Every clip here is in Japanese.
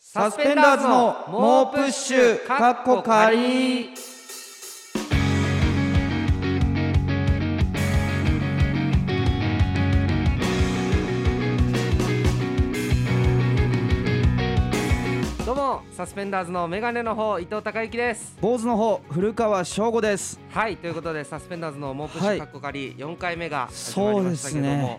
サスペンダーズの猛プッシュかっこかりどうもサスペンダーズのメガネの方伊藤孝之です坊主の方古川翔吾ですはいということでサスペンダーズの猛プッシはいュかっこかり4回目が始まりましたけども、そうですね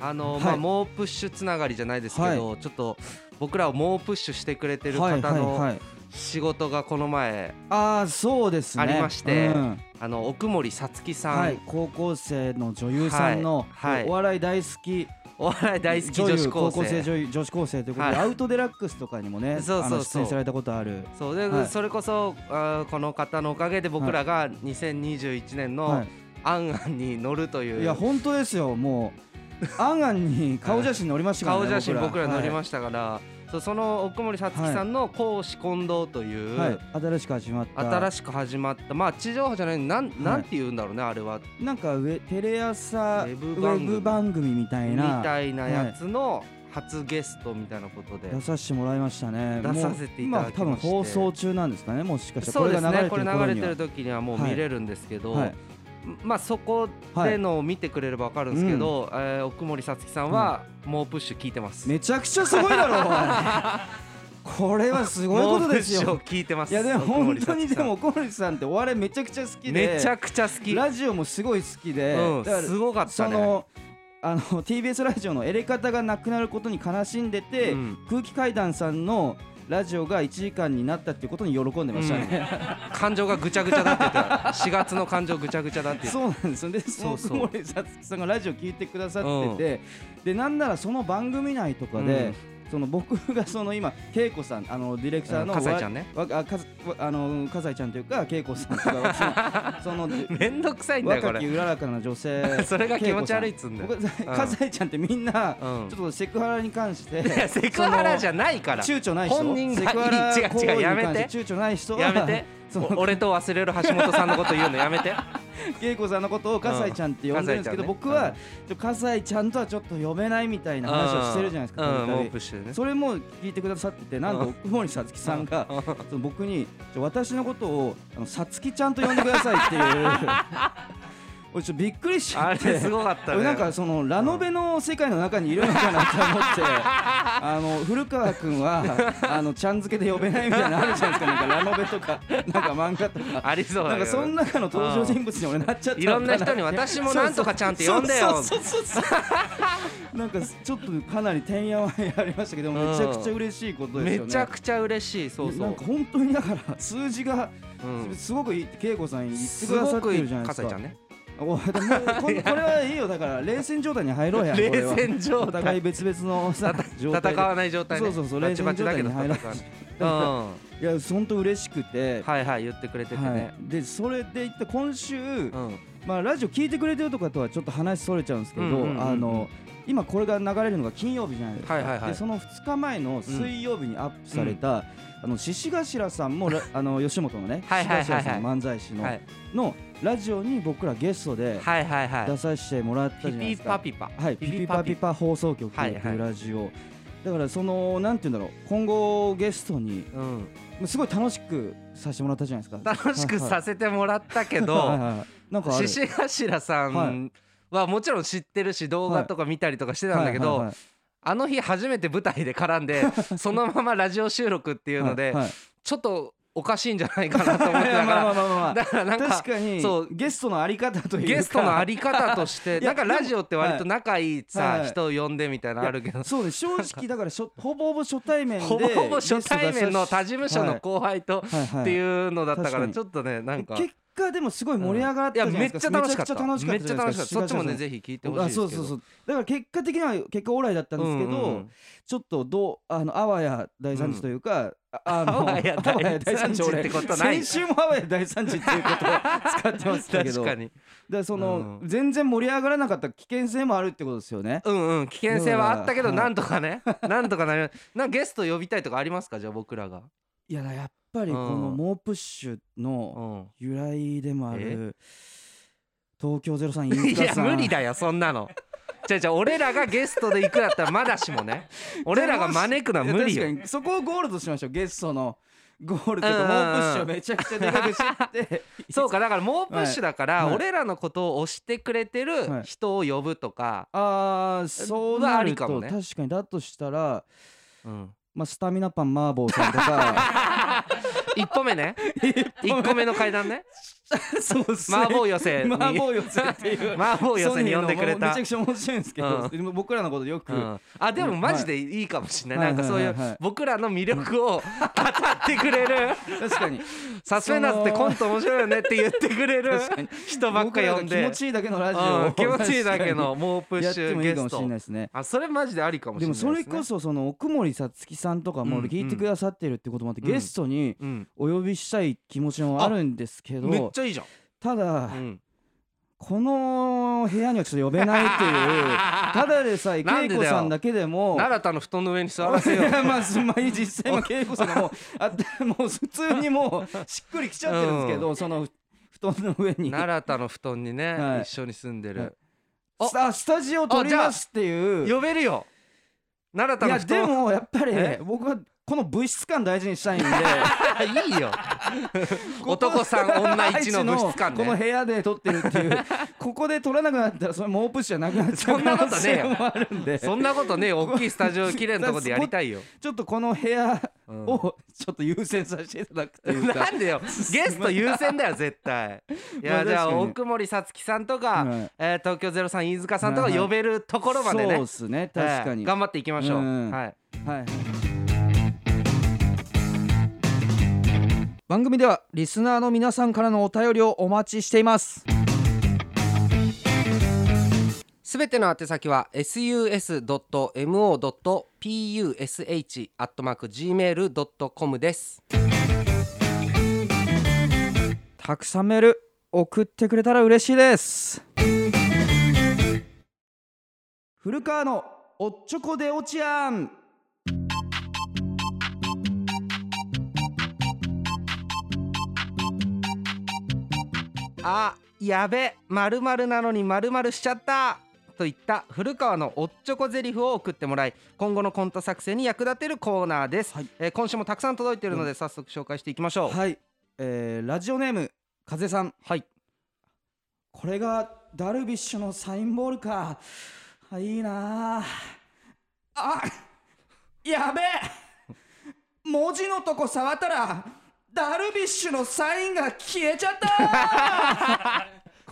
あの、はいまあ猛プッシュつながりじゃないですけど、ちょっと僕らを猛プッシュしてくれてるは方いはいのはい仕事がこの前ああそうですねありましてうんあの奥森さつきさん、はい高校生の女優さんのはいはいお笑い大好きお笑い大好き女優子高高校生生女優女子高生ということではいアウトデラックスとかにもねそうそうそうあの出演されたことあるそうで、はいそれこそあーこの方のおかげで僕らが2021年はの「あんあん」に乗るという、いいや本当ですよもうあんあんに顔写真載りましたから顔ね写真僕ら乗りしましたから、そうその奥森さつきさんの講師近藤という、はい新しく始まった新しく始まったまあ地上波じゃないなん、なんて言うんだろうねあれはなんかウェテレ朝ウェウェブブ番組番組みたいみなたいなやつの初ゲストみたいなことで、出させてもらいましたね出させていただきましてもう今多分放送中なんですかねもしかしたらそこうれですが流ねれこてれる流頃れにてはる時にはもう見れるんですけど、はいまあそこでのを見てくれればわかるんですけど、えー奥森さつきさんは猛プッシュ聞いてます、めちゃくちゃすごいだろおいこれはすごいことです猛よプッシュを聞いてますいやでも奥本森さ当つきにさんでも小森さんってお笑いめちゃくちゃ好きでめちゃくちゃ好きラジオもすごい好きで、うん、だからすごかっそたね。のあの TBS ラジオのエレカタがなくなることに悲しんでて、うん空気階段さんのラジオが1時間になったっていうことに喜んでましたね、感情がぐちゃぐちゃだって言ってた4月の感情ぐちゃぐちゃだって言って そうなんですよでそそううそそうう森さつきさんがラジオ聞いてくださってて、でなんならその番組内とかで、その僕がその今恵子さんあのディレクターうんの葛西ちゃんねわあかずわあの葛西ちゃんというか恵子さんとかそ のそのためんどくさいんだよこ若きれうららかな女性 それが気持ち悪いっつうんだよ僕葛西ちゃんってみんな、うんちょっとセクハラに関していやセクハラじゃないから躊躇ない人本人がいセクハラい違う行為違うにや関めてして躊躇ない人はやめてそおの俺と忘れる橋本さんのこと言うのやめて恵子さんのことを葛西ちゃんって呼んでるんですけど、うん僕うはんちょ葛西ちゃんとはちょっと呼べないみたいな話をしてるじゃないですか、うん、このも度うプッシュでねそれも聞いてくださっててなんと奥森さつきさんがその僕にちょ私のことをあのさつきちゃんと呼んでくださいっていう 俺ちょっとびっくりしちゃあってれすごかったね俺なんかそのラノベの世界の中にいるのかなと思って あの古川 君はあのちゃん付けで呼べないみたいなのあるじゃないですかなんかラノベとかなんか漫画とか。ありそうだなんけかどその中の登場人物に俺なっちゃったいろんな人に私もなんとかちゃんって呼んでよそうそうそうそうそうなんかちょっとかなりてんやわんやありましたけどうんめちゃくちゃ嬉しいことですよねめちゃくちゃ嬉しいそうそなんうか、本当にだから数字がうん、すごくいいって恵子さん言ってすくだごさってくいいるじゃないです葛西ちかゃんねおいでもこんこれはいいよだから冷戦状態に入ろうやこれ冷は戦状お互い態別々のさ状態で戦わない状態ねそうそうそうバ冷チバ戦チ状だけ態どに戦わな入いらないうんいや本当嬉しく てはいはい言ってくれててね、い、でそれで言って今週、うんまあ、ラジオ聞いてくれてるとかとはちょっと話それちゃうんですけど、うんうんうんうんあの今これが流れるのが金曜日じゃないですか、はいはいはいでその2日前の水曜日にアップされた、あの獅子頭さんもラあの吉本のねはいはいはいはい獅子頭さんの漫才師の,、はい、のラジオに僕らゲストではいはいはい出させてもらったじゃないピピですパか。ピパはい、ピピパピパ放送局ってはいはいいうラジオ、だからそのなんて言うんだろう今後ゲストにうん、すごい楽しくさせてもらったじゃないですか楽しくさせてもらったけはいはいどはいはいなんかある獅子頭さんはもちろん知ってるし動画とか見たりとかしてたんだけはいはいどはいあの日初めて舞台で絡んで そのままラジオ収録っていうのではいはいちょっとおかしいんじゃないかなと思っていやたまあまかあまあまらあまだから なあんか確かにそうゲストのあり方というかゲストのあり方としていやなんかラジオって割と仲いいはいさはい人を呼んでみたいなのあるけどそうです正直だか らしょほぼほぼ初対面でほぼほぼゲスト初出さ対面の他は事務所の後輩といはいっていうのだったか確からにちょっとねなんか。結果でもすごい盛り上がっいやたじゃなめいっでちゃすか楽しかっためっちゃ楽しかったそっちもねひぜひ聞いてほしいですけどそうそうそうだから結果的には結果オーライだったんですけど、うんうんちょっとどうあのあわや大惨事というか、あ あのあわや大あわや惨事ってことない俺先週もあわや大惨事っていうことを使ってま したけど確かにでその、う全然盛り上がらなかった危険性もあるってことですよね。うんうん危険性はあったけどだからなんとか ねなんとかなりなんかゲスト呼びたいとかありますかじゃあ僕らがいやだやっぱりこのうん猛プッシュうのん由来でもある東京ゼロさん飯い塚やさん。無理だよそんなのじゃじゃ俺らがゲストで行くだったらまだしも ね俺らが招くのは無理よ確かにそこをゴールとしましょうゲストのゴールというかうん猛うんうんプッシュをめちゃくちゃでかくして ってそうかだから猛プッシュだからはい俺らのことを推してくれてはるい人を呼ぶとか、あーそうなるとはありかもね確かにだとしたら、うん、まあ、スタミナパン麻婆さん とか1歩目ね1個目の階段ねそう ですね麻婆寄せに麻婆寄せって いう麻婆寄せに呼んでくれソニーのもうめたちゃくちゃ面白いんですけうんど、でも僕らのことよく、うん、あでもマジでいいかもしれない、はないんかそういはういはいはい僕らの魅力を語 ってくれる確かにサスペンダーズってコント面白いよねって言ってくれる確かに人ばっか呼ん僕らが気で持ちいいだけのラジオうをん気持ちいいだけの猛プ確ッかにやっシてュもいゲいかもスしれないトですねあそれマジでありかもしれでなもいそれですねこそその奥森さつきさんとかもうん聞いてくださってるってこともあって、うんゲストにうんお呼びしたい気持ちもあるんですけめっどちゃいいじゃんただ、うんこの部屋にはちょっと呼べないっていうただでさえなんで恵だよ子さんだけでも 奈良田の布団の上に座ら せよういやまあすまあ実際まあ恵子さんがもうあってもう普通にもうしっくりきちゃってるんですけど、その布団の上に奈良田の布団にね、はい一緒に住んでる、スタスタジオ撮りますっていう呼べるよ奈良い田の布やで団もやっぱりえ僕はこの物質感大事にしたいんでいいよ 男さん女一 の物質感このね部屋で撮ってるっていう ここで撮らなくなったらそれもうオープンじゃなくなっちゃうそんなことねえよ可能性もあるんでそんなことね大きいスタジオ綺麗なとこでやりたいよ、ちょっとこの部屋うんをちょっと優先させていただくというか なんでよゲスト優先だよ絶対いまやあじゃあ確かに奥森さつきさんとか、はいえー東京ゼロさん飯塚さんとかはいはい呼べるところまでね、そうですね確かえに、ー頑張っていきましょう、うんはいはい、番組ではリスナーの皆さんからのお便りをお待ちしていますすべての宛先は sus.mo.push.gmail.com です。たくさんメール送ってくれたら嬉しいです古川のおっちょこでおちやんあ、やべ、まるまるなのにまるまるしちゃった。といった古川のおっちょこゼリフを送ってもらい今後のコント作成に役立てるコーナーです、はいえー今週もたくさん届いているので早速紹介していきましょう、はい、えー、ラジオネーム風さんはいこれがダルビッシュのサインボールかあいいなああやべえ文字のとこ触ったらダルビッシュのサインが消えちゃ った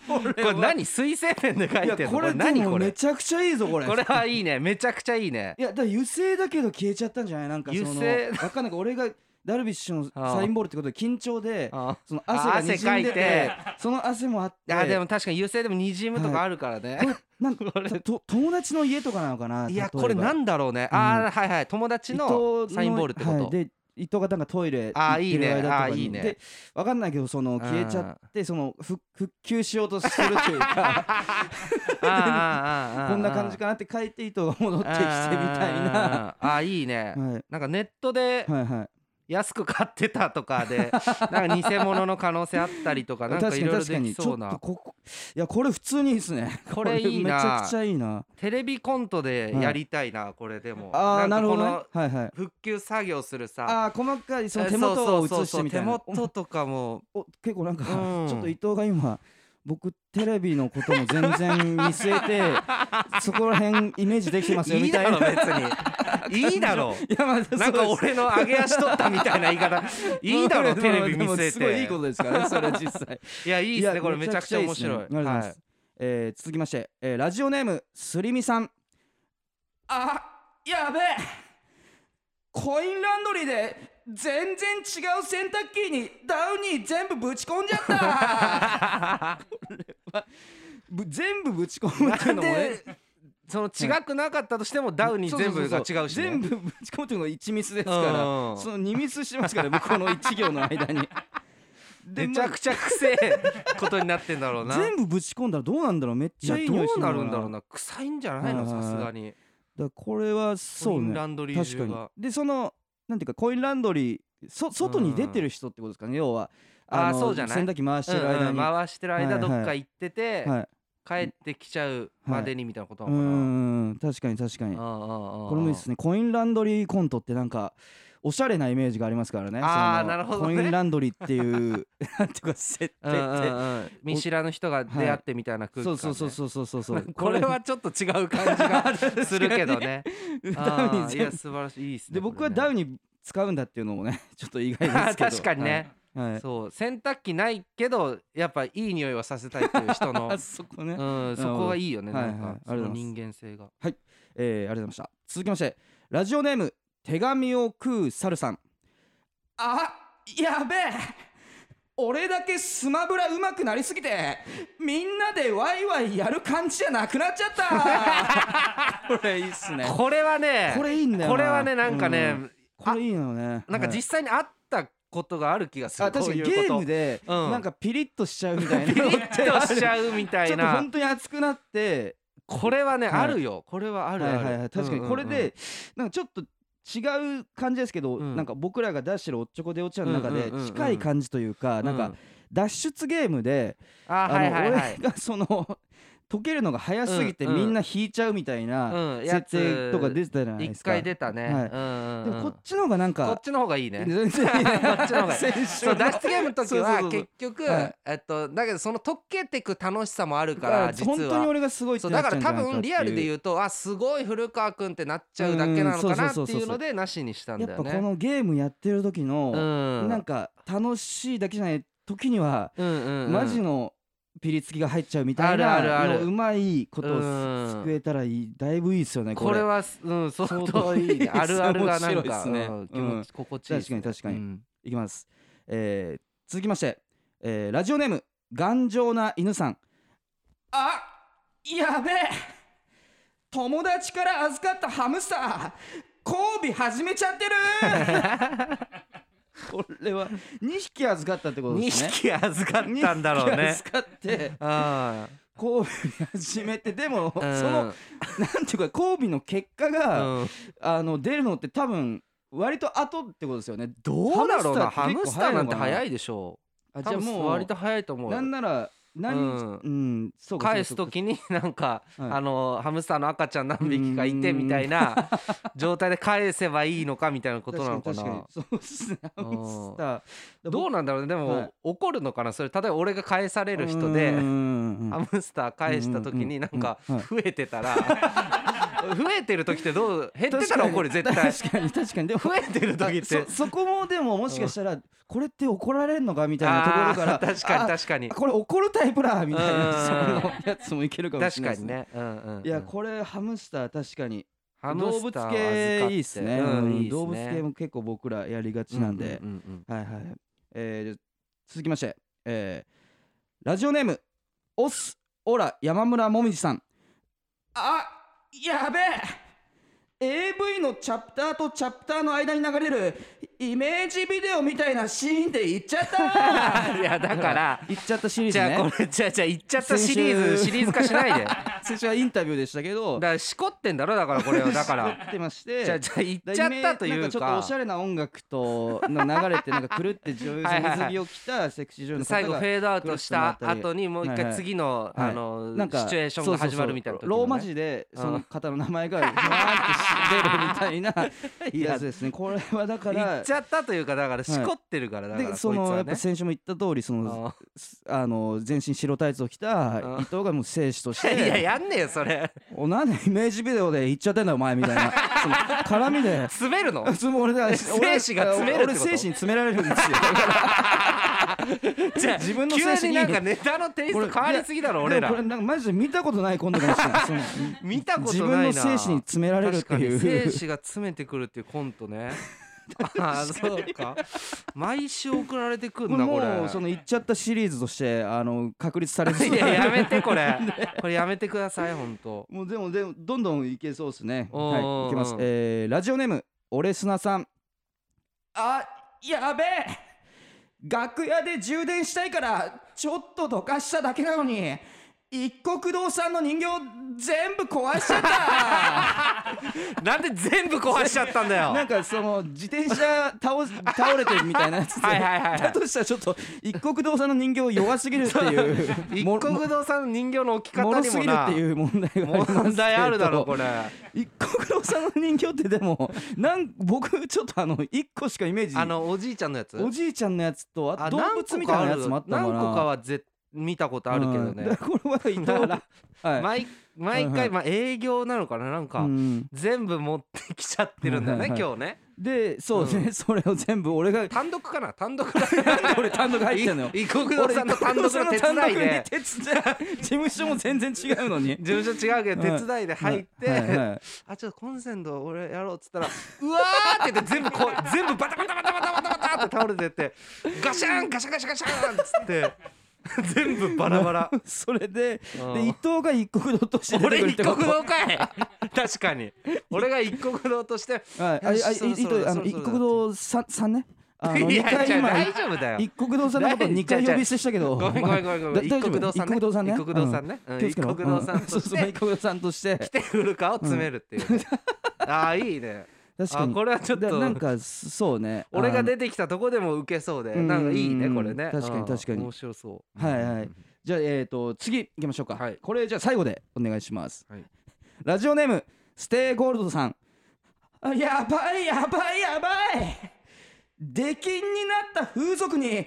これはこれ何水性ペンで書いいてやるのここれれで何もこめれちゃくちゃいいぞこれこれはいいねめちゃくちゃいいねいやだから油性だけど消えちゃったんじゃないなんかその油性わかんない俺がダルビッシュのサインボールってことで緊張であーその汗がにじんであ汗てその汗もあってあでも確かに油性でもにじむとかあるからね、これ なんかたと友達の家とかなのかないいやこれなんだろうね、うんああはいはい友達のサインボールってこと、はい、で伊藤がなんかトイレ行あっーていいねる間とかあーにいいねでわかんないけどその消えちゃってそのふ復旧しようとしてるってい うかああああああこんな感じかなって書いて伊藤が戻ってきてみたいな。あーあーあーあーいいね、はいなんかネットではいはい安く買ってたとか でなんか偽物の可能性あったりとかなんか確かいにろいろ確かできにちそょうっなとここいやこれ普通にいいですねこれいいなめちゃくちゃいいなテレビコントでやりたいな、これでもあんあかなるほど、ねこの、はいはい復旧作業するさああ細かいそのえ手元をそうそう写しそうてみたいな手元とかもおお結構なんか、うんちょっと伊藤が今僕テレビのことも全然見据え てそこら辺イメージできてますよいいみただいろな。い別 にいいだろやまあそうなんか俺の上げ足取ったみたいな言い 方いいだろまあテレビ見 でも据えすごいいいこてとですからねそれは実際。いやいいいでやすねこれめちゃくちゃ面白いめちゃくちゃですねありがとうございますはいえー続きまして、えーラジオネームすりみさんあやべえコインランドリーで全然違う洗濯機にダウニー全部ぶち込んじゃったこれはぶ全部ぶち込むっていうのもねでその違くなかったとしてもダウに全部が違うしね全部ぶち込むっていうのが1ミスですかうらんその2ミスしてますからね僕この1行の間 にでめちゃくちゃくせえことになってんだろうな全部ぶち込んだらどうなんだろうめっいちやゃいいど匂いすうるなのかるんだろうな臭いんじゃないのはいはさいすがにだからこれはコそイうンねランドリー確中かにがでそのなんていうかコインランドリーそ外に出てる人ってことですかね要はあーのそうじゃない洗濯機回してる間に、うんうん回してるはいは間いどっか行っててはい帰ってきちゃうまでにみたいなことなうのかな、ん確かに確かにここれもいいですねコインランドリーコントってなんかおしゃれなイメージがありますからねあーそのなるほどねコインランドリーっていう なんていうか設定って、うんうんうん見知らぬ人が出会ってみたいな空気感、そねうそうそうそうそうそうそ うこれはちょっと違う感じがするけどねダウニーあーい全や部素晴らしいいいですねで僕はダ ウニニー使うんだっていうのもね ちょっと意外ですけど確かにね、はい、はいそう洗濯機ないけどやっぱいい匂いはさせたいっていう人の あそこね、うんそこはいいよねはいなはいんかあそりがのとうございます人間性がえー、ありがとうございました続きましてラジオネーム手紙を食う猿さんあやべえ俺だけスマブラ上手くなりすぎてみんなでワイワイやる感じじゃなくなっちゃったこれいいっすね これはねこれいいんだよなこれはねなんかね、うこれいいのよねあなんかはい実際にあったことがある気がするあ確かにゲームでうんなんかピリッとしちゃうみたいなピリッとしちうゃうみたちいょっとな本当に熱くなってこれはね、はいあるよこれはあるはあいる、はいはい確かにこれでなんかちょっと違う感じですけど、うんなんか僕らが出してるおっちょこでおっちゃの中うでんうんうんうん近い感じというか、うんうん、なんか脱出ゲームで、あーあはいはいはい俺がその 溶けるのが早すぎてうんうんみんな引いちゃうみたいなうん、や設定つとか出てたじゃないで一すか。回出たね、はいうんうんうんでもこっちの方がなんこっかちの方がいいね 全然 こっちの方がいい先週そのう脱出ゲームの時そうそうそうはそう結局はいえっとだけどその溶けてく楽しさもあるだかからら実本当には俺がすごいってそうなだっちゃからうんじゃ多ないか分っていリアルで言うとあすごい古川君ってなっちゃうだけなのかなっていうのでなしにしたんやだっぱよこね。のゲームやってる時うの、んなんか楽しいだけじゃない時にはうんうんうんマジのピリつきが入っちゃうみたいなあるあるあるのうまいことをすうん救えたらいいだいぶいいですよねここれれはすうん相相当当いいいいねあるあるがなん面白いっかすねうん気持ち心地いいっすね確かに確かにうんいきます、えー続きまして、えーラジオネーム頑丈な犬さんあやべえ友達から預かったハムスター交尾始めちゃってる これは2匹預かったってこと2ですね匹預かったんだろう二匹ね。預かってあ交尾始めてでうも、んそのなんていうか交尾の結果が、うんあの出るのって多分割と後ってことですよねどうだろうなハハムムススターターって結構早いのかななんて早いでしょあうじゃあ多も分う割と早いと思うよなんなら何日うんうんそうか返すそうか時になんか、はいあのハムスターの赤ちゃん何匹かいてみたいな 状態で返せばいいのかみたいなことなのか確にな確かにそうですねハうんムスターどうなんだろうねでも、はい怒るのかなそれ例えば俺が返されなる人で、ハハムスター返した時になんかうんうん増えてた ら、増えてる時ってどう減ってたら怒る絶対確かに確かにでも増えてる時ってそそこもでももしかしたらこれって怒られるのかみたいなところからあー確かに確かにあこれ怒るタイプだみたいなうんそのやつもいけるかもし確れかないですにね、うんうんうんいやこれハムスター確かにハム動ス物ターを預かって系いいっすね,うん、うんいいっすね動物系も結構僕らやりがちなんで、うんうんうんはいはい、えー続きまして、えーラジオネームオスオラ山村もみじさんあやべえ AV のチャプターとチャプターの間に流れるイメージビデオみたいなシーンで言っちゃった いやだから言っちゃったシリーズじゃあねこれじゃあじゃあ言っちゃったシリーズ先週シリーズ化しない でだか最初はインタビューでしたけどらしこってんだろだからこれをだかやらってましてじゃあじゃあ言っちゃったといなんうかちょっとおかしゃれな音楽との流れってなんか狂って女優さん水着を着たセクシー女優の最方後フがェードアウトした後にもう一はいは回い次のはいあのなんかシチュエーションが始まるみたいな時そのねうそうそうローマ字でその方の名前がふわーって出る みたいなやつですねこれはだか言らっちゃったというかだからしこってるからだからでこいつそのやはっぱね先週も言った通りそのうすあの全身白タイツを着たうん伊藤がもう生死としん いやてやんねえよそれ「おなんでイメージビデオで言っちゃってんだよお前」みたいなその絡 みで滑るのその俺だ俺精子が詰めるってこ俺と精子に詰められるんですよじゃあ 自分の精急神にになんかネタのテイスト変わりすぎだろ俺でもこれらなんかマジで見たことないコントかもし れないその見たこと自ない分なの精子に詰められる確ってかいにう精子が詰めてくるっていうコント ねああそうか毎週送られてくんだこれもうその言っちゃったシリーズとしてあの確立されてい ややめてこれこれやめてください本当もうでもでもどんどんいけそうですねおーはいいけますうんえーラジオネームオレスナさんあやべえ楽屋で充電したいからちょっとどかしただけなのに一国堂さんの人形全部壊しちゃったなんで全部壊しちゃったんだよ なんかその自転車倒す倒れてるみたいなやつではいはいはいはいだとしたらちょっと一国堂さんの人形弱すぎるっていう一も国堂さんの人形の置きも方ろにすもぎるっなていう問題がありますけど問題あるだろ これ一国堂さんの人形ってでもなん僕ちょっとあの一個しかイメージあのおじいちゃんのやつおじいちゃんのやつとああと動何物個みたかいあなやるつもあったのかな何個かはぜ見たことあるけどうんねだからこれは伊藤 だからはい毎毎はいはい回まあ営業なのかななんうかん全部持ってきちゃってるんだよはいねはい今日ねでそうね、それを全部俺が単独かな単独だなんで俺単独入ってんのよい異国堂さんの単独の手単独伝いにで手伝い事務所も全然違うのに事務所違うけど手伝いで入っはいてはいあちょっとコンセント俺やろうっつったらうわーって言って全部こう全部バタバタバタバタバタバタって倒れてってガシャンガシャガシャガシャンっつって全部バラバラそれでうんで伊藤が一国堂として出てく俺るっ一てこ国と堂かい確かに俺が一国堂としてはいああよしあ伊そろそろ藤そあろそのろ一国堂さんさんねあのい二や回いや今大丈夫だよ一国堂さんのこと二回呼び捨てしたけどごめんごめんごめんごだめん大一丈夫国堂さんね一国堂さ一国堂さんねんねううんん気をつけろ一国堂さんうんそとうそしうて一国堂さんとして来て古川を詰めるっていうねああいいね確 かあにこれはちょっだとなんかそうね俺あがの出てきたとこでも受けそうでうんなんかいいねこれね確かにうん確かに面白そうはいはいじゃあえっ、と次行きましょうか、はいこれじゃあ最後でお願いします、はいラジオネームステイゴールドさんあやばいやばいやばい出禁になった風俗に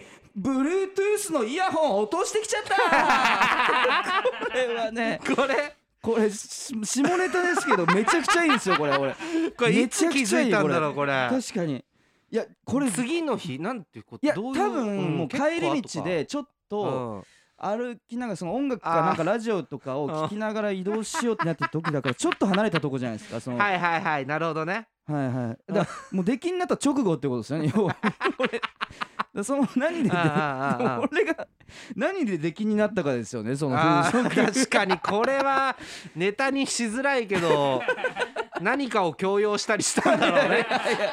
Bluetooth のイヤホンを落としてきちゃったこれはねこれこれし下ネタですけどめちゃくちゃいいんですよこれ俺これめいちつゃく気ちゃづいいいたんだろうこれ確かにいやこれ次の日なんていうこといやど多ういう分んもう帰り道でちょっ結と、構後か歩きながらその音楽かなんかラジオとかを聞きながら移動しようってなってる時だ からちょっと離れたとこじゃないですかそうんのはいはいはいなるほどねはいはい だからもう出禁になった直後ってことですよね要は俺だその何ででああああああ俺が何で出禁になったかですよねそのあー風俗確かにこれはネタにしづらいけ ど何かを強要したりしたんだろうね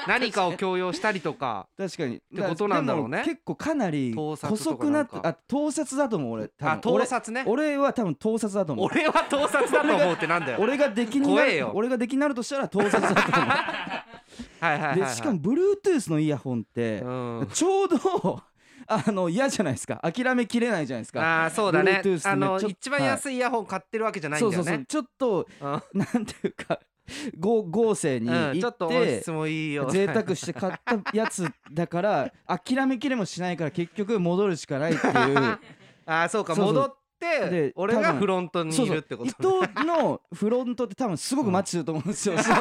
何かを強要したりとか確かにてことなんだろうねでも結構かなり盗撮とか細くなっなたんかあ盗撮だと思う俺多あ分盗撮ね俺俺は多分盗撮だと思う俺は盗撮だと思うってなんだよ俺が出禁にな怖えるよ俺が出禁になるとしたら盗撮だと思 はいはいはうい、はでい、しかも Bluetooth のイヤホンって、うんちょうど あの嫌じゃないですか諦めきれないじゃないですかあーそうだね Bluetooth ねあのちょっと一番安いイヤホン買ってるわけじゃないそんうだよそうそうねちょっとうんなんていうか 豪豪勢にうんち行ょっとっ音て質もいいよ贅沢して買ったやつだから諦めきれもしないから結局戻るしかないっていう あーそうかそうそう戻っでて俺多が分フロントにそういそうる伊ってことね藤のフロントって多分すごくマッチすると思うんで すよ、その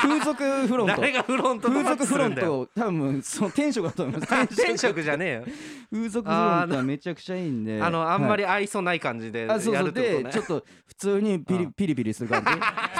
風俗フロント誰がフロントと風マッ俗チすフるロんンだよト多分その天職だと思います 転職じゃね風俗フロントはめちゃくちゃいいんえでよあのあんまりり愛想ない感じでやあるってそうこそうとで、ねちょっと普通にピリうんピリピリする 感じ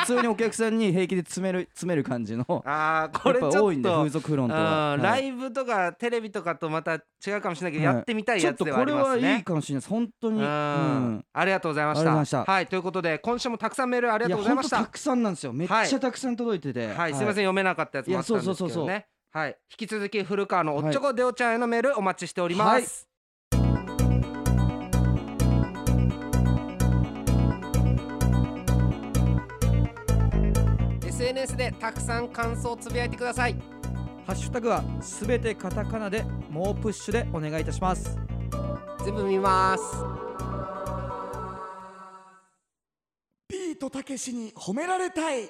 普通にお客さんに平気で詰める詰める感じのやあーこっれちょぱっと多いんで風俗フロントは、うんはラいイブとかテレビとかとまた違うかもしれないけど、はいやってみたいちょやっつとではこあれりまはすいいね。かもしれないです本当うに、うんん、ありがとうございましあたりがとうございましたはいということで今週もたくさんメールありがとうございましやほんたとたくさんなんですよめっちゃたくさん届いてて、はいすいません、読めなかったやつもあったんですけどねいやそうそうそうそうはい引き続き古川のおっちょこでおちゃんへのメールお待ちしております、SNS でたくさん感想をつぶやいてくださいハッシュタグはすべてカタカナで猛プッシュでお願いいたします全部見ますピートたけしに褒められたい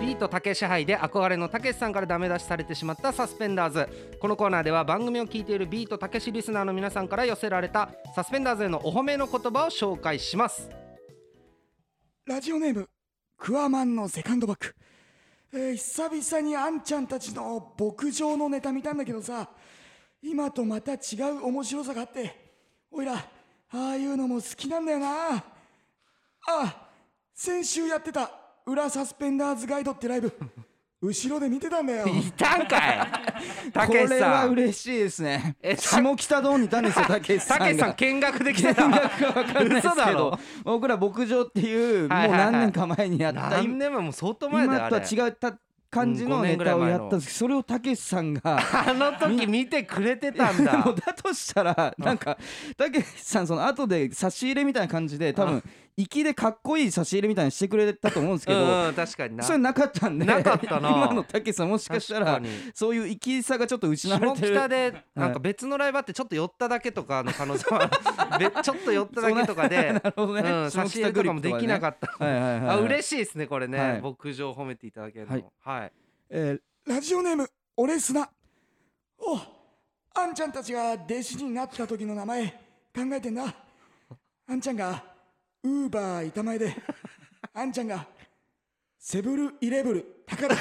ビートたけし杯で憧れのたけしさんからダメ出しされてしまったサスペンダーズこのコーナーでは番組を聞いているビートたけしリスナーの皆さんから寄せられたサスペンダーズへのお褒めの言葉を紹介しますラジオネームクワマンのセカンドバック、えー久々にあんちゃんたちの牧場のネタ見たんだけどさ今とまた違う面白さがあっておいらああいうのも好きなんだよなああ先週やってた「裏サスペンダーズガイド」っ てライブ後ろで見てたんだよいたんかいたこけれしさはん嬉しいですねえた下北道にいたんで すよたけしたさんがけしさん見学できて見た学が分か んないです嘘けだどろ僕ら牧場っていうもうはいはいはい何年か前にやった何年前もう相当前だよ今あとはれ違った感じうんの五ネ年ぐらいタを前のやったんですけどそれをたけしさんがあの時見てくれてたん でだもだとしたらなんかたけしさんその後で差し入れみたいな感じで多分粋でかっこいい差し入れみたいにしてくれたと思うんですけうどんうん確かになそれなかったんでなかったな 今のたけしさんもしかした確からにそういう粋さがちょっと失われ下てる北でなんか別のライブあってちょっと寄っただけとかの可能性は べちょっと寄っただけとかで なるほどねうん、下差北し入れとかもできなかった、はいはいはいあはい嬉しいですねこれね、はい牧場を褒めていただけるのははいい、えーラジオネーム俺砂おあんちゃんたちが弟子になった時の名前考えてんだあんちゃんがウーバー板前で あんちゃんがセブルイレブル高田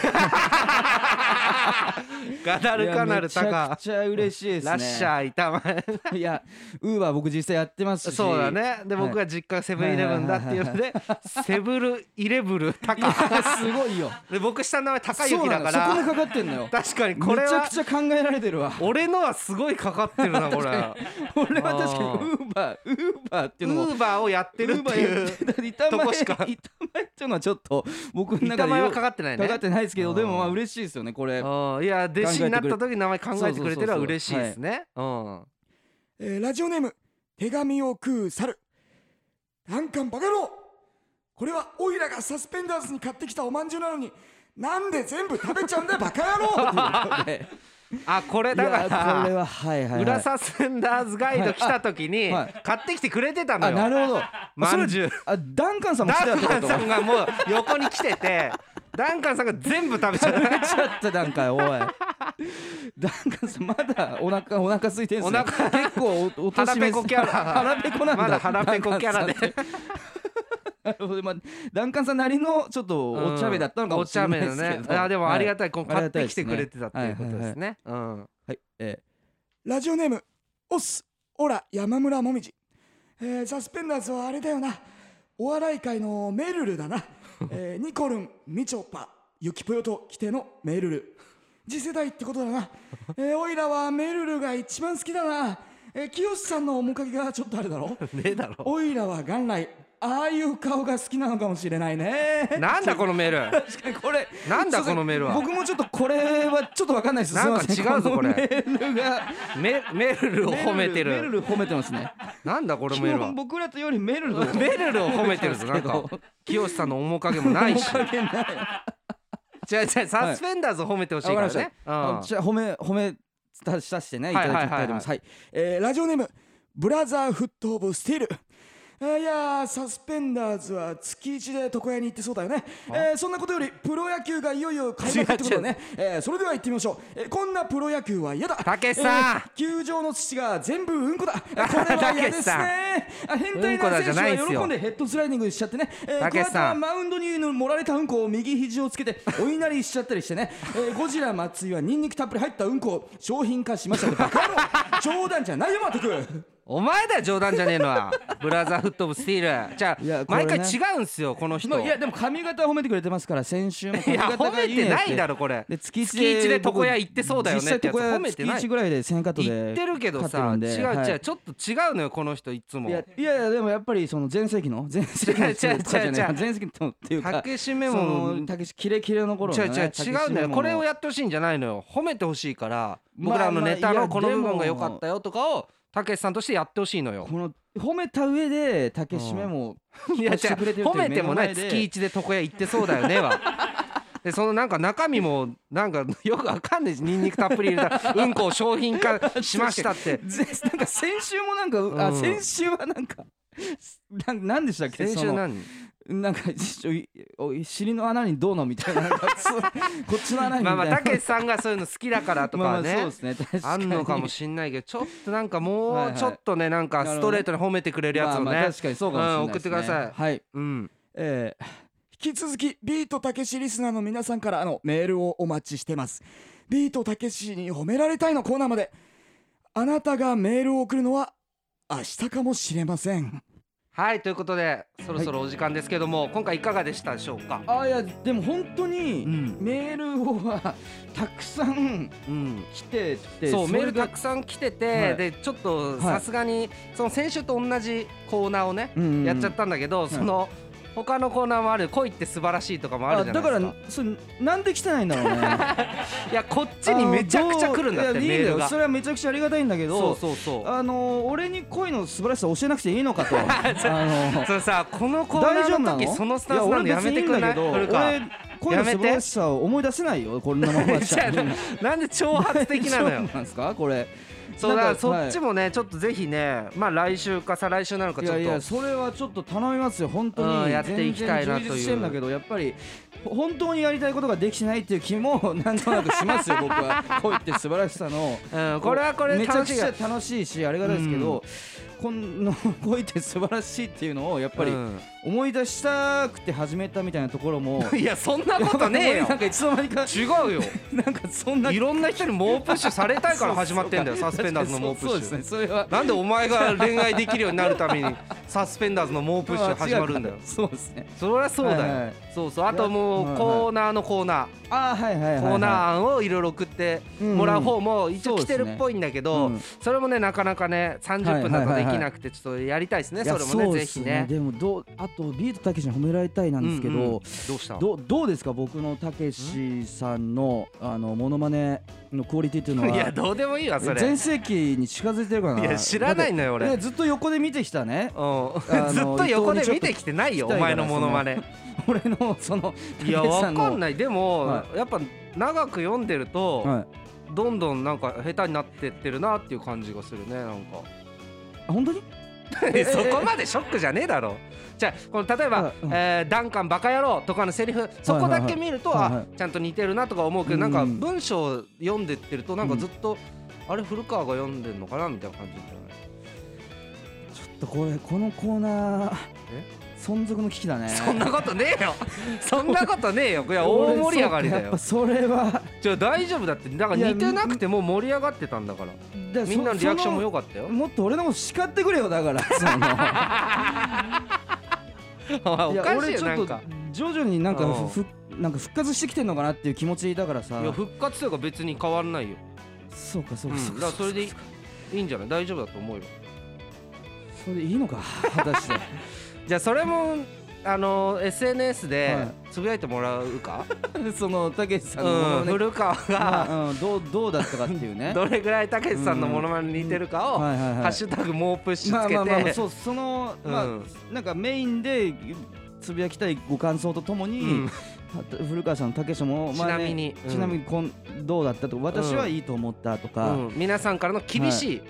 ガダルカナルタいやめちゃカくちゃ嬉しいですねラッシャー板前 いやウーバー僕実際やってますしそうだねではい僕が実家セブンイレブンだっていうのでセブルイレブル タいやカ すごいよで僕下の名前高雪だかそうなのそこらでかかってんのよ確かに こめれちゃはくちゃ考えられてるわ俺のはすごいかかってるな これ俺はあ確かにウーバーウーバーってウいうのもーバーをやってるっていうう板と前こしか 板前っていうのはちょっと僕の中板で前よはかかってないねかかってないですけうどんでもまあ嬉しいですよねこれうんいや弟子になった時に名前考えてくれてるのは嬉しいですねうんえーラジオネーム手紙を食う猿なんかバカ野郎これはオイラがサスペンダーズに買ってきたおまんじゅうなのになんで全部食べちゃうんだよバカ野郎あこれ いだやこれかははいはいらは浦いサスンダーズガイド来た時にはい買ってきてくれてたのあよなるほどまんじゅうそれあダンカンさんも来てダたンってカこンとさんがもう横に来ててダンカンさんが全部食べちゃう食べ ちゃった段階おいダンカンさんまだお腹お腹空いてんすねお腹結構おお腹年ペめコキャラ腹ペコなんだまだ腹ペコキャラでダンカンさんってなるほどまあダンカンさんなりのちょっとお茶目だったのかもしれないですけど、お茶目だねあでもありがたい、こうあり買っがてたいできすねてくれてたっていうことですね、うんはい、えラジオネームオスオラ山村もみじ、えーサスペンダーズはあれだよなお笑い界のメルル だな、えーニコルンみちょぱゆきぽよときてのメルル次世代ってことだな、えー、オイラはメルルが一番好きだな、えー、清さんの面影がちょっとあるだ ろねえだろオイラは元来ああいう顔が好きなのかもしれないね なんだこのメールー、確かにこれなんだすいませこのメールは僕もちょっとこれはちょっとわかんないですなんかすいませ違うぞのこれメールがメメルルを褒めてメルるル褒めてますねなんだこの基メール本は僕らとよりメルルをメルルを褒めてるぞなんか清さんの面影もない しかけない違う違うサスペンダーズを褒めてほしいわかからりましたね。あうんじゃあ褒め褒めたしたしてねいただきたいと思います。はいえーラジオネームブラザーフット・オブ・スティールあーいやーサスペンダーズは月1で床屋に行ってそうだよね、えーそんなことよりプロ野球がいよいよ開幕ってことだね、えーそれでは行ってみましょう、えーこんなプロ野球は嫌だたけしさん球場の土が全部うんこだこれは嫌ですねあ変う態んこだなじゃ選ない手ですはよ喜んでヘッドスライディングしちゃっ てね、えたー、けし桑さん田はマウンドに盛られたうんこを右肘を つけてお稲荷しちゃったりしてね、えーゴジラ松井はニンニクたっぷり入ったうんこを商品化しましたけど バカ野郎冗談じゃないよまったくお前だよ冗談じゃねえのはブラザーフット・オブ・スティールじゃあ、いやこれ毎ね回違うんすよこの人、まあいやでも髪型は褒めてくれてますから先週もい髪や型褒がめいいねてってないだろこれで月月一で床屋行ってそうだよね実際ってやつ床屋褒めてない月1ぐらいで1000カットで言ってるけど買っさてる違んうで違う、はいちょっと違うのよこの人いつもいやいやいやでもやっぱりその前世紀の前世紀の人とかじゃな違う違いう違う前世紀のっていうか竹しメそモのたけしキレキレの頃違うの、違ね、う違うんだよこれをやってほしいんじゃないのよ褒めてほしいから僕らのネタまあまあのこいやの部で分もが良かったよとかをたけしさんとしてやってほしいのよこの褒めた上でたけしめも いや違うしてくれてるっていう褒めてもない目の前で月一で床屋行ってそうだよね はでそのなんか中身もなんかよくわかんないしニンニクたっぷり入れたうんこを商品化しましたってぜ なんか先週もなんか、うあん先週はなんか なんなんでしたっけ先そ週の何 なんかちょいおい尻の穴にどうのみたいななんかそう こっちの穴にみまたあまいなあたけしさんがそういうの好きだからとかはまあまあそうねですね確あかにんのかもしんないけどちょっとなんかはいもはういちょっとねなんかストレートに褒めてくれるやつをまあまあね確かにそうかもしれない、うん送ってくださいはいうんえ引き続きビートたけしリスナーの皆さんからのメールをお待ちしてますビートたけしに褒められたいのコーナーまであなたがメールを送るのは明日かもしれませんはいということでそろそろお時間ですけども今回いかがでしたでしょうかーあいやでも本当にうんメールをはたくさんうん来ててそうメールがたくさん来てはてでいちょっといさすがにその先週と同じコーナーをねうんうんうんやっちゃったんだけどその他のコーナーもある恋って素晴らしいとかもあるじゃなだいでかすからそれなんで来てないんだろうねいやこっちにめちゃくちゃ来るんだってあのどういメやいいールだよがそれはめちゃくちゃありがたいんだけどそうそうそうあの俺に恋の素晴らしさ教えなくていいの かとあのそれさこのコー大丈ナーの夫なの時そのスタンスなのやめてくれないや古川俺別にいいんだけど俺恋の素晴らしさを思い出せないよこんなままじ じゃゃあなんで挑発的なのよ大丈夫なんですかこれそうだかならんそっちはいもねちょっとぜひねまあ来週か再来週なのかいちょっやといやそれはちょっと頼みますよ本当うんにやっていきたいなという全然充実してんだけどやっぱり本当にやりたいことができてないっていう気もなんとなくしますよ僕は恋って素晴らしさのうん、これはこれめちゃ楽くしいちゃ楽しいしありがたいですけど、この 恋って素晴らしいっていうのをやっぱりうん思い出したくて始めたみたいなところも いやそんなことね えよなんかいつの間 にか違うよなんかそんないろんな人に猛プッシュされたいから始まってんだよそうサスかペンダーズの猛プッシュそうですねそれはなんでお前が恋愛できるようになるためにサスペンダーズの猛プッシュ始まるんだよあ違うかそうですねそりゃそうだよ、はいはいそうそうあともはいうはいコーナーのコーナー、あーはいはいはい、はい、コーナー案をいろいろ送ってもらう方も一応来てるっぽいんだけど、うんそうですそれもねなかなかね30分だとできなくてちょっとやりたいですね、いやそれもうねっぜひすねでもどうあとビートたけしに褒められたいなんですけど、うんうんどうしたどうどうですか僕のたけしさんのあのモノマネのクオリティっていうの いやはどうでもいいわそれ全盛期に近づいてるかないいや知らないのよ俺ねずっと横で見てきたね うん、 ずっと横で見てきてないよ伊お藤にちょっと前のモノマネ俺の そのたいけやしさわんのかんないでも、はやっぱ長く読んでると、はいどんどんなんか下手になってってるなっていう感じがするねなんかあ本当にえ そこまでショックじゃねえだろじゃあこの例えばあ「うんえーダンカンバカ野郎」とかのセリフそこだけ見ると、はいはいはいあちゃんと似てるなとか思うけど、なんかうん文章読んでってるとなんかずっと、あれ古川が読んでんのかなみたいな感じじゃないちょっとこれこのコーナーえ存続の危機だ ねそんなことね えよそんなことねえよいや大盛り上がりだ俺よそうかやっぱそれはじゃあ大丈夫だってだから似てなくても盛り上がってたんだからだみんなのリアクションもよ良かったよもっと俺のこと叱ってくれよだからその おかしいやい俺よちょなっんとか徐々になんかうんふふなんか復活してきてんのかなっていう気持ちだからさいや復活というか別に変わらないよそう かそううかんそうだからかそれでいいいいんじゃない大丈夫だと思うよそれでいいのか果た してじゃあそれもあの SNS ではいつぶやいてもらうか、そのたけしさんのもうん、のね古川がまあうんどうどうだったかっていう ねどれぐらいたけしさんのものまねに似てるかを「はいはいはいハッシュタグもうプッシュ」まつあけまあまあまあてそうそのまあうんなんかメインでつぶやきたいご感想とともうんには古川さんのたけしもちまあなねみにちなみにこんどうだったとか私はいいと思ったとうかん皆さんからの厳しい、ま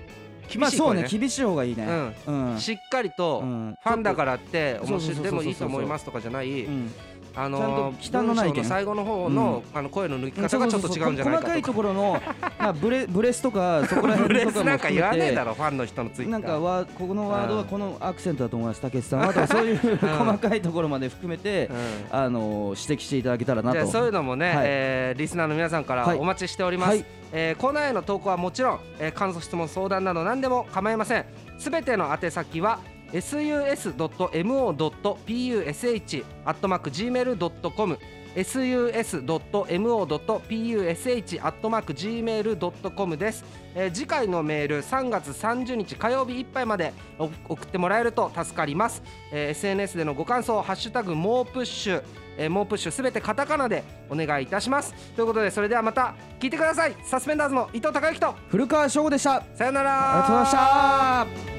厳あしいそ声うねね厳しい方がいいねうんしっかりと、うんファンだからって面そうそう白いうそでもいいと思いますとかじゃない、うんあのー、ちゃんと汚い文意見章の最後の方の,、あの声の抜き方がちょっと違うんじゃない細かかいとか。ところのまあブレブレスとかそこら ブ辺レとかスもなんか言わねえだろろファンの人のツイッターなんかはこのワードはうんこのアクセントだと思いますたけしさんは とかそういう細かいところまで含めてうんあの指摘していただけたらなじゃあとそういうのもね、はいえーリスナーの皆さんかはらいお待ちしております、はいえーコーナーへの投稿はもちろん、えー感想質問相談など何でも構いませんすべての宛先は sus.mo.push.gmail.com sus.mo.push.gmail.com です、えー次回のメール3月30日火曜日いっぱいまでお送ってもらえると助かります、えー SNS でのご感想「ハッシュタグもうプッシュ」えー、もうプッシュすべてカタカナでお願いいたしますということでそれではまた聞いてくださいサスペンダーズの伊藤孝之と古川翔吾でしたありさよならがとうございました